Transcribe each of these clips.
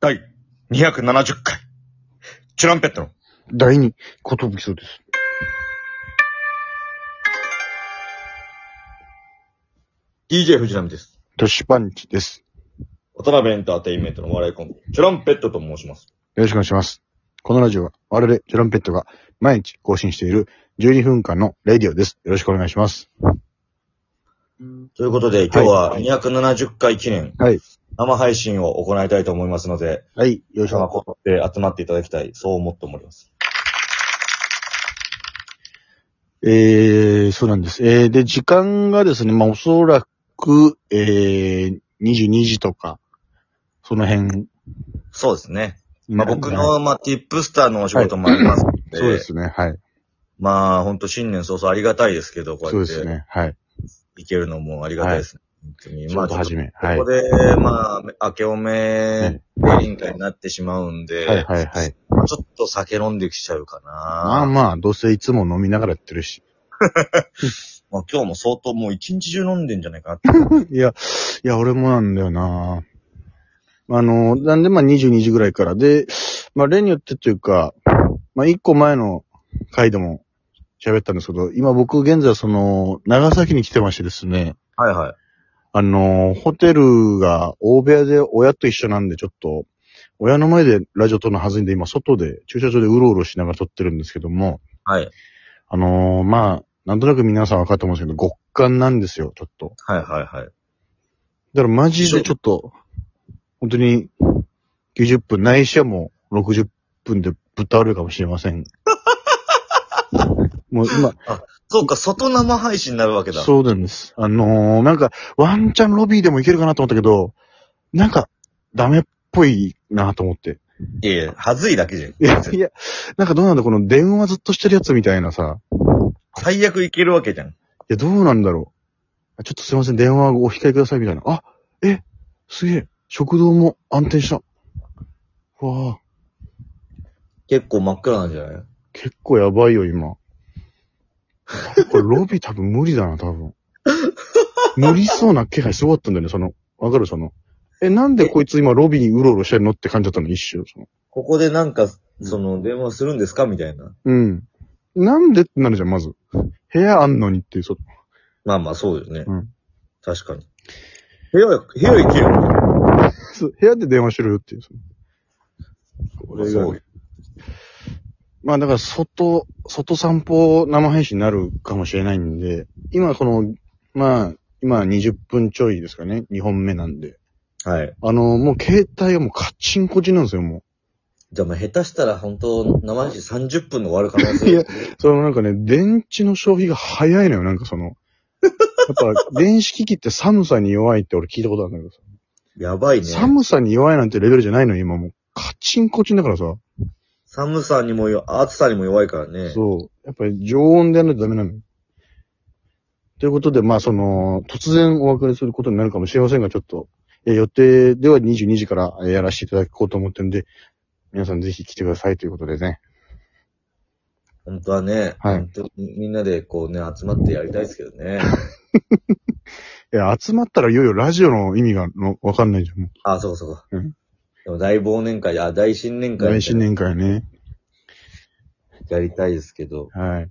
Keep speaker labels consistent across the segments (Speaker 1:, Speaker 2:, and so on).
Speaker 1: 第270回、チュランペットの、
Speaker 2: 第二、ことぶきそうです。
Speaker 1: DJ 藤波です。
Speaker 2: トシパンチです。
Speaker 1: 渡辺エンターテインメントのお笑いコンビ、チュランペットと申します。
Speaker 2: よろしくお願いします。このラジオは、我々、トランペットが毎日更新している12分間のレディオです。よろしくお願いします。
Speaker 1: ということで、今日は
Speaker 2: はい
Speaker 1: 270回記念、
Speaker 2: はい。
Speaker 1: 生配信を行いたいと思いますので、
Speaker 2: はい。よいし
Speaker 1: その
Speaker 2: ょ。
Speaker 1: ことで集まっていただきたい、そう思っております。
Speaker 2: えー、そうなんです。えー、で、時間がですね、まあ、おそらく、えー、22時とか、その辺。
Speaker 1: そうですね。まあ、僕
Speaker 2: はい、
Speaker 1: の、まあ、ティップスターのお仕事もありますので、
Speaker 2: そうですね。はい。
Speaker 1: まあ、本当新年早々ありがたいですけど、こ
Speaker 2: そ
Speaker 1: う
Speaker 2: う
Speaker 1: や
Speaker 2: で
Speaker 1: っ
Speaker 2: す
Speaker 1: て
Speaker 2: ね。はい。
Speaker 1: いけるのもありがたいですね。本当に
Speaker 2: 仕
Speaker 1: まあ、
Speaker 2: 事始め。
Speaker 1: こ
Speaker 2: はい。
Speaker 1: こ
Speaker 2: は
Speaker 1: で、まあ、明けおめ委員会になってしまうんで、
Speaker 2: いはいはい。
Speaker 1: ちょっと酒飲んできちゃうかな。
Speaker 2: まあまあ、どうせいつも飲みながらやってるし。
Speaker 1: まあ今日も相当もう一日中飲んでんじゃないかなって。
Speaker 2: いや、いや、俺もなんだよなあの、なんでまあ22時ぐらいから。で、まあ例によってというか、まあ一個前の回でも喋ったんですけど、今僕現在その、長崎に来てましてですね、
Speaker 1: はいはい。
Speaker 2: あの、ホテルが大部屋で親と一緒なんでちょっと、親の前でラジオ撮るのはずいんで、今外で、駐車場でうろうろしながら撮ってるんですけども、
Speaker 1: はい。
Speaker 2: あのまあ、なんとなく皆さんわかると思うんですけど、極寒なんですよ、ちょっと。
Speaker 1: はいはいはい。
Speaker 2: だからマジでちょっと、本当に90分、ないしはもう60分でぶっ倒れるかもしれませ ん。もう今、
Speaker 1: そうか、外生配信になるわけだ。
Speaker 2: そうなんです。あのー、なんか、ワンチャンロビーでもいけるかなと思ったけど、なんか、ダメっぽいなと思って。
Speaker 1: いやいや、はずいだけじゃん。
Speaker 2: いや、いや、なんかどうなんだ、この電話ずっとしてるやつみたいなさ。
Speaker 1: 最悪いけるわけじゃん。
Speaker 2: いや、どうなんだろう。ちょっとすいません、電話をお控えくださいみたいな。あ、え、すげえ、食堂も安定した。うわあ。
Speaker 1: 結構真っ暗なんじゃない
Speaker 2: 結構やばいよ、今。これロビー多分無理だな、多分。無理そうな気配すごかったんだよね、その、わかるその。え、なんでこいつ今ロビーにうろうろしてるのって感じだったの、一瞬。その
Speaker 1: ここでなんか、
Speaker 2: ん
Speaker 1: その、電話するんですかみたいな。
Speaker 2: うん。なんでってなるじゃん、まず。部屋あんのにっていう、そ
Speaker 1: まあまあ、そうよね。
Speaker 2: うん
Speaker 1: 確かに。部屋、部屋いけるの
Speaker 2: そう部屋で電話しろよっていう。そのこれが
Speaker 1: そう
Speaker 2: ね、まあだから、外、外散歩生配信になるかもしれないんで、今この、まあ、今20分ちょいですかね、2本目なんで。
Speaker 1: はい。
Speaker 2: あの、もう携帯がもうカチンコチンなんですよ、も
Speaker 1: じゃあまあ、下手したら本当生配信30分で終わる可能性。
Speaker 2: いやう。そのなんかね、電池の消費が早いのよ、なんかその。やっぱ、 電子機器って寒さに弱いって俺聞いたことあるんだけどさ。
Speaker 1: やばいね。
Speaker 2: 寒さに弱いなんてレベルじゃないのよ、今もう。カチンコチンだからさ。
Speaker 1: 寒さにもよ、暑さにも弱いからね。
Speaker 2: そう。やっぱり常温でやらないとダメなのよ。ということで、まあその、突然お別れすることになるかもしれませんが、ちょっと、えー予定では22時からえーやらせていただこうと思ってるんで、皆さんぜひ来てくださいということでね。
Speaker 1: 本当はね、
Speaker 2: はい
Speaker 1: 本当にみんなでこうね、集まってやりたいですけどね。
Speaker 2: いや、集まったらいよいよラジオの意味がのわかんないじゃん。もう
Speaker 1: あ、そうかそうか。
Speaker 2: うん
Speaker 1: でも大忘年会、あ、大新年会
Speaker 2: 大新年会ね。
Speaker 1: やりたいですけど。
Speaker 2: はい。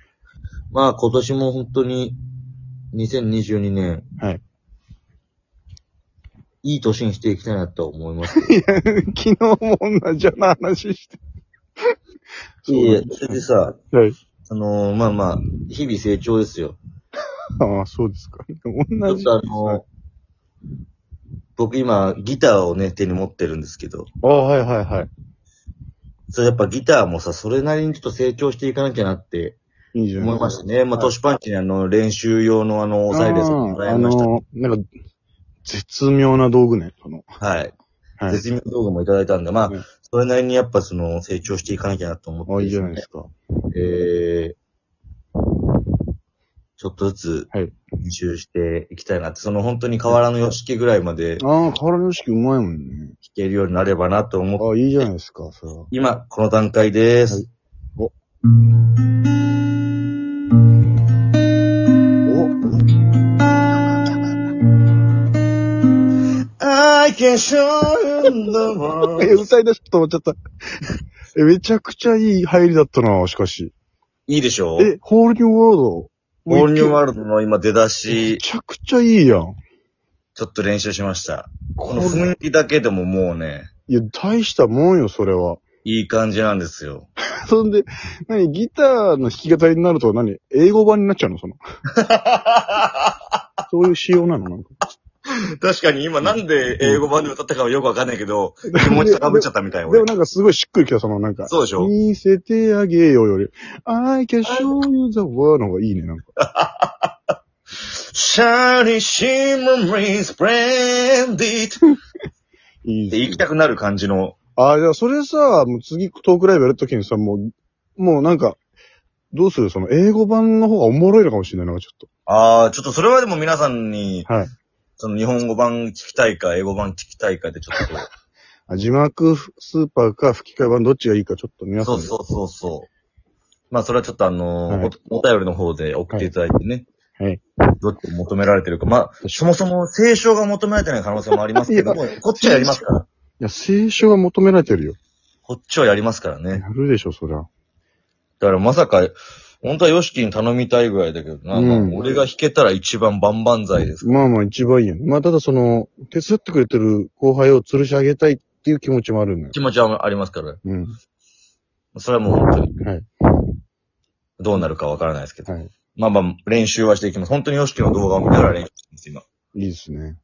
Speaker 1: まあ今年も本当に、2022年。
Speaker 2: はい。
Speaker 1: いい年にしていきたいなと思い ます。
Speaker 2: 昨日も同じような話して。
Speaker 1: いやいや、それでさ、
Speaker 2: はい。
Speaker 1: あのーまあまあ、日々成長ですよ。
Speaker 2: ああ、そうですか。
Speaker 1: ちょ
Speaker 2: 同
Speaker 1: っ
Speaker 2: じ。
Speaker 1: とあのー僕今、ギターをね、手に持ってるんですけど。
Speaker 2: ああ、はいはいはい。
Speaker 1: そう、やっぱギターもさ、それなりにちょっと成長していかなきゃなって
Speaker 2: いいじゃない
Speaker 1: 思いましたね。まあ、トシパンチにあの、練習用のあの、
Speaker 2: あ
Speaker 1: 押さえるやつもら
Speaker 2: あ
Speaker 1: いました。
Speaker 2: の、なんか、絶妙な道具ね。その、
Speaker 1: はい。
Speaker 2: はい。
Speaker 1: 絶妙動画もいただいたんで、まあ
Speaker 2: うん、
Speaker 1: それなりにやっぱその、成長していかなきゃなと思って
Speaker 2: ああ、いいじ
Speaker 1: です
Speaker 2: ゃない
Speaker 1: ね、
Speaker 2: ですか。
Speaker 1: えー、ちょっとずつ
Speaker 2: はい。
Speaker 1: 練習していきたいなって、その本当に河原の様式ぐらいまで弾
Speaker 2: ああ、河原良識うまいもんね。
Speaker 1: けるようになればなと思って、
Speaker 2: ああ、いいじゃないですか、それは。
Speaker 1: 今、この段階です。
Speaker 2: はい
Speaker 1: お。お愛 I can show you the
Speaker 2: え、
Speaker 1: world.
Speaker 2: 歌い出しと思っち ゃった。え、めちゃくちゃいい入りだったな、しかし。
Speaker 1: いいでしょ
Speaker 2: え、ホールニューワールド
Speaker 1: オールニューワ
Speaker 2: ル
Speaker 1: ールドの今出だし
Speaker 2: め、ちゃくちゃいいやん。
Speaker 1: ちょっと練習しました。こ
Speaker 2: こ
Speaker 1: の
Speaker 2: れ、
Speaker 1: 雰囲気だけでももうね、
Speaker 2: いや、大したもんよ、それは。
Speaker 1: いい感じなんですよ。
Speaker 2: そんで、何、ギターの弾き語りになると何英語版になっちゃうのその。 そういう仕様なのなんか。
Speaker 1: 確かに今なんで英語版で歌ったかはよくわかんないけど、気持ちが被っちゃったみたい、
Speaker 2: で
Speaker 1: 俺
Speaker 2: も。なんかすごいしっくりきた、そのなんか。
Speaker 1: そうでしょ
Speaker 2: 見せてあげようより、I can show you the world の方がいいね、なんか。
Speaker 1: シャーリーシーマンリースブレンディットっ
Speaker 2: いい
Speaker 1: て
Speaker 2: で
Speaker 1: 行き
Speaker 2: す。
Speaker 1: たくなる感じの。
Speaker 2: ああ、じゃあそれさ、もう次トークライブやるときにさ、もう、もうなんか、どうするその英語版の方がおもろいのかもしれないな、なんかちょっ
Speaker 1: ああ、ちょっとそれはでも皆さんに、
Speaker 2: と。はい。
Speaker 1: その日本語版聞きたいか、英語版聞きたいかでちょっと。
Speaker 2: あ字幕スーパーか吹き替え版どっちがいいかちょっと皆さ
Speaker 1: そ
Speaker 2: ん
Speaker 1: う
Speaker 2: で。
Speaker 1: そうそうそう。まあそれはちょっとあのー
Speaker 2: はい
Speaker 1: お、お便りの方で送っていただいてね。
Speaker 2: はい。
Speaker 1: どっち求められてるか。まあ、そもそも聖書が求められてない可能性もありますけど も、こっちはやりますから。
Speaker 2: いや、聖書は求められてるよ。
Speaker 1: こっちはやりますからね。
Speaker 2: やるでしょ、そりゃ。
Speaker 1: だからまさか、本当はヨシキに頼みたいぐらいだけどな、
Speaker 2: うん
Speaker 1: まあ俺が弾けたら一番万々歳です。
Speaker 2: まあまあ一番いいよね。まあただその、手伝ってくれてる後輩を吊るし上げたいっていう気持ちもあるんだよ。
Speaker 1: 気持ちはありますから。
Speaker 2: うん。
Speaker 1: それはもう本当に
Speaker 2: はい。
Speaker 1: どうなるかわからないですけど。
Speaker 2: はい。
Speaker 1: まあまあ、練習はしていきます。本当にヨシキの動画を見ながら練習してます、今。
Speaker 2: いいですね。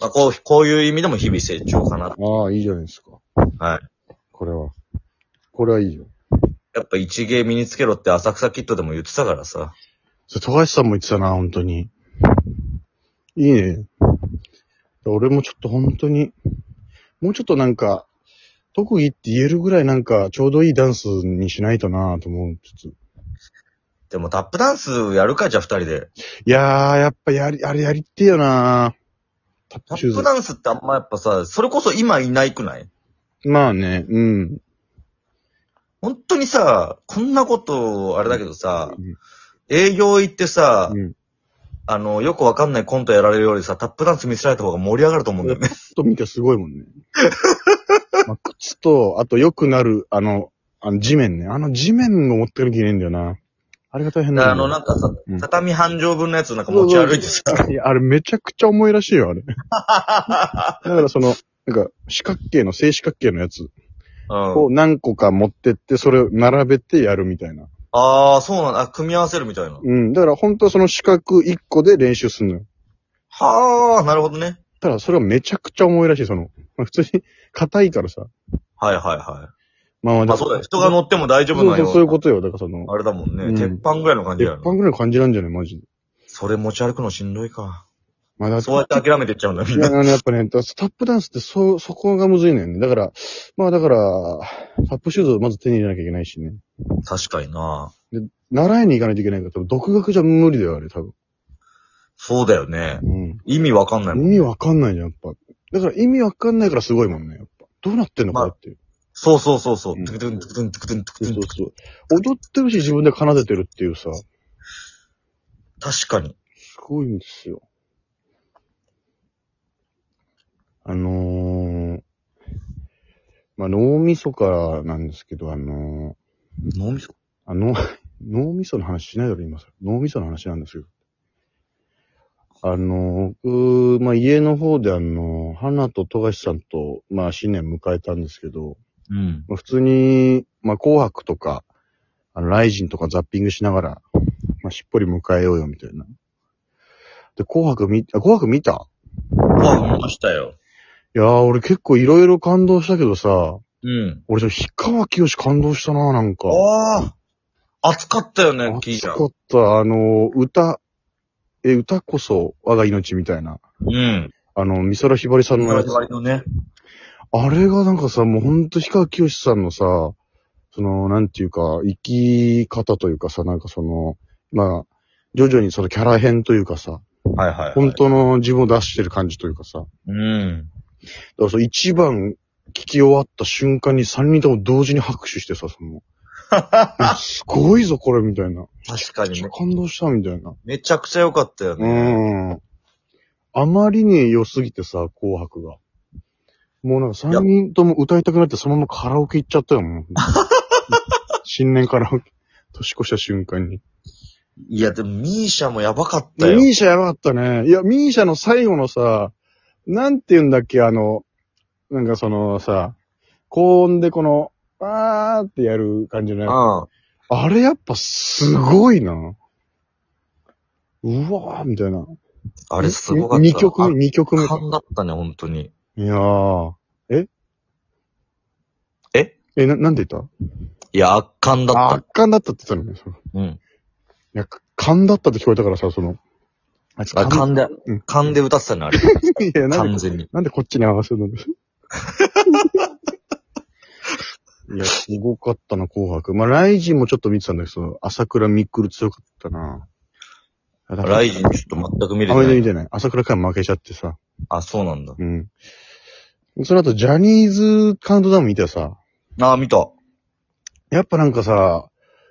Speaker 1: まあ、こう、こういう意味でも日々成長かな。
Speaker 2: ああ、いいじゃないですか。
Speaker 1: はい。
Speaker 2: これは。これはいいよ。
Speaker 1: やっぱ一芸身につけろって浅草キッドでも言ってたからさ。
Speaker 2: それ、高橋さんも言ってたな、本当に。いいね。俺もちょっと本当に、もうちょっとなんか、特技って言えるぐらいなんか、ちょうどいいダンスにしないとなぁと思う。ちょっと
Speaker 1: でもタップダンスやるか、じゃあ二人で。
Speaker 2: いやー、やっぱやり、あれやりってえよなぁ。タッ
Speaker 1: タ
Speaker 2: プシュ
Speaker 1: ップ
Speaker 2: ー
Speaker 1: ダンスってあんまやっぱさ、それこそ今いないくない
Speaker 2: ズ。まあね、うん。
Speaker 1: 本当にさ、こんなこと、あれだけどさ
Speaker 2: うん、
Speaker 1: 営業行ってさ、
Speaker 2: うん
Speaker 1: あの、よくわかんないコントやられるよりさ、タップダンス見せられた方が盛り上がると思うんだよね。
Speaker 2: 靴と見てすごいもんね。 まあ、靴と、あと良くなる、あの、あの地面ね。あの地面の持ってる気ねえんだよな。あれが大変
Speaker 1: だか
Speaker 2: だ
Speaker 1: ら
Speaker 2: よ
Speaker 1: あの、なんかさ
Speaker 2: うん、
Speaker 1: 畳半畳分のやつなんか持ち歩いてさ、
Speaker 2: いやあれめちゃくちゃ重いらしいよ、あれ。だからその、なんか、四角形の、正四角形のやつ
Speaker 1: うん
Speaker 2: を。何個か持ってって、それを並べてやるみたいな。
Speaker 1: ああ、そうなんだ。あ組み合わせるみたいな。
Speaker 2: うん。だから本当はその四角一個で練習するのよ。
Speaker 1: はあ、なるほどね。
Speaker 2: ただそれがめちゃくちゃ重いらしい、その。まあ、普通に硬いからさ。
Speaker 1: はいはいはい。
Speaker 2: まあまあ、
Speaker 1: まあそうだよ。人が乗っても大丈夫な
Speaker 2: そう
Speaker 1: よ
Speaker 2: そううそういう
Speaker 1: な
Speaker 2: ことよ。だからその、
Speaker 1: あれだもんね。
Speaker 2: うん
Speaker 1: 鉄板ぐらいの感じ
Speaker 2: 鉄
Speaker 1: や
Speaker 2: 板
Speaker 1: ろ。
Speaker 2: ぐらいの感じなんじゃないマジで。
Speaker 1: それ持ち歩くのしんどいか。
Speaker 2: まあ、だって
Speaker 1: そうやって諦めてっちゃうんだ、み
Speaker 2: い
Speaker 1: ん
Speaker 2: や、
Speaker 1: な
Speaker 2: あ。の、やっぱね、タップダンスってそ、そこがむずいのよね。だから、まあだから、タップシューズをまず手に入れなきゃいけないしね。
Speaker 1: 確かにな。
Speaker 2: 習いに行かないといけないから、多分独学じゃ無理だよ、あれ、多分。
Speaker 1: そうだよね。
Speaker 2: うん。
Speaker 1: 意味わかんないもん。
Speaker 2: 意味わかんないじゃん、やっぱ。だから意味わかんないからすごいもんね、やっぱ。どうなってんの
Speaker 1: ま
Speaker 2: か
Speaker 1: あ
Speaker 2: なっていう。
Speaker 1: そうそうそうそうう。
Speaker 2: ん
Speaker 1: トゥクトゥントゥクトゥントゥクトゥントゥクト
Speaker 2: そう
Speaker 1: ゥントゥ
Speaker 2: そう
Speaker 1: ク
Speaker 2: そう。踊ってるし、自分で奏でてるっていうさ、す
Speaker 1: 確かに。
Speaker 2: ごいんですよ。あのー、まあ、脳みそからなんですけど、あのー、
Speaker 1: 脳みそ。
Speaker 2: あの、 脳みその話しないだろ、今さ。脳みその話なんですよ。あの、僕、まあ、家の方であの、花と富樫さんと、まあ、新年迎えたんですけど、
Speaker 1: うん。
Speaker 2: まあ普通に、まあ、紅白とか、あの、ライジンとかザッピングしながら、まあ、しっぽり迎えようよ、みたいな。で、紅白見、あ、紅白見た
Speaker 1: わ、思いましたよ。
Speaker 2: いやー、俺結構いろいろ感動したけどさ、
Speaker 1: うん。
Speaker 2: 俺、氷川きよし感動したな、なんか。
Speaker 1: ああ。熱かったよね、聞い
Speaker 2: 熱
Speaker 1: ちゃ
Speaker 2: かった。あの、歌、え、歌こそ我が命みたいな。
Speaker 1: うん。
Speaker 2: あの、美空ひばりさんのやつ。
Speaker 1: 割のね。
Speaker 2: あれがなんかさ、もうほんと氷川きよしさんのさ、その、なんていうか、生き方というかさ、なんかその、まあ、徐々にそのキャラ編というかさ、
Speaker 1: はいはいはい。
Speaker 2: 本当の自分を出してる感じというかさ、だか
Speaker 1: うん。
Speaker 2: らその一番聞き終わった瞬間に三人とも同時に拍手してさ、その、えすごいぞこれみたいな。
Speaker 1: 確かにね。
Speaker 2: 感動したみたいな。
Speaker 1: めちゃくちゃ良かったよ
Speaker 2: う
Speaker 1: ね。
Speaker 2: ん。あまりに良すぎてさ、紅白が。もうなんか3人とも歌いたくなってそのままカラオケ行っちゃった よ、もう。新年カラオケ。年越した瞬間に。
Speaker 1: いや、でも、ミーシャもやばかっ
Speaker 2: い
Speaker 1: た
Speaker 2: や
Speaker 1: よ。
Speaker 2: ミーシャやばかったね。いや、ミーシャの最後のさ、なんて言うんだっけ、あの、なんかそのさ、高音でこの、あーってやる感じのやつ
Speaker 1: ああ。
Speaker 2: あれやっぱすごいな。うわーみたいな。
Speaker 1: あれすごかった。
Speaker 2: 2曲目、2曲目
Speaker 1: 圧。巻だったね、本当に。
Speaker 2: いやー。え
Speaker 1: え
Speaker 2: え、な、なんで言っ
Speaker 1: いや、圧巻だ
Speaker 2: た
Speaker 1: った。
Speaker 2: 圧巻だったって言ったのね。そのい
Speaker 1: うん。
Speaker 2: や、勘だったって聞こえたからさ、その。あ いつ
Speaker 1: あ、勘
Speaker 2: 勘
Speaker 1: で
Speaker 2: うん、
Speaker 1: 勘で歌ってたね、あれ。
Speaker 2: いや、なんで
Speaker 1: 完全に。
Speaker 2: なんでこっちに合わせるの いや、すごかったな、紅白。まあ、ライジンもちょっと見てたんだけど、その朝倉みっくる強かったな。
Speaker 1: ライジンちょっと全く見れ
Speaker 2: あまり
Speaker 1: て
Speaker 2: 見
Speaker 1: ない。
Speaker 2: てない。朝倉から負けちゃってさ。
Speaker 1: あ、そうなんだ。
Speaker 2: うん。その後、ジャニーズカウントダウン見てさ、
Speaker 1: ああ、見た。
Speaker 2: やっぱなんかさ、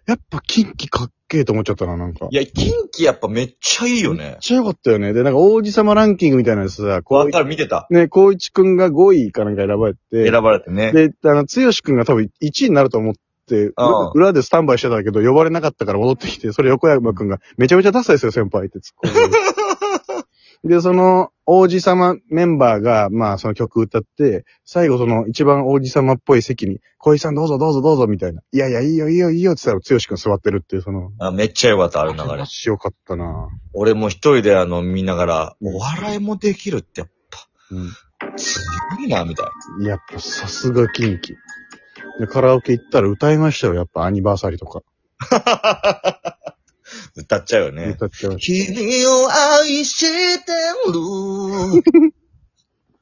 Speaker 2: やっぱキンキかっけえと思っちゃったな、なんか。
Speaker 1: いや、キンキやっぱめっちゃいいよね
Speaker 2: めっ。ちゃよかったよね。で、なんか王子様ランキングみたいなやつさ、こ
Speaker 1: わかる、見てた。
Speaker 2: う、ね、光一くんが5位かなんか選ばれて、
Speaker 1: 選ばれてね。
Speaker 2: で、あの、つよしくんが多分1位になると思って、う
Speaker 1: ああ
Speaker 2: 裏でスタンバイしてたんだけど、呼ばれなかったから戻ってきて、それ横山くんが、めちゃめちゃダサいですよ、先輩って突っ込ん で。で、その、王子様メンバーが、まあ、その曲歌って、最後その、一番王子様っぽい席に、小石さんどうぞどうぞどうぞみたいな。いやいや、いいよいいよいいよって言ったら、つよしくん座ってるっていう、その、
Speaker 1: あめっちゃよかった、あれ流れ。
Speaker 2: しよかったな
Speaker 1: 俺も一人であの、見ながら、お笑いもできるってやっ
Speaker 2: う
Speaker 1: ぱ、すごいな、みたいな。
Speaker 2: ん。やっぱ、さすがキンキ。で、カラオケ行ったら歌いましたよ、やっぱ、アニバーサリーとか。
Speaker 1: 歌っちゃうよね。
Speaker 2: 歌っちゃいました
Speaker 1: 君を愛してる。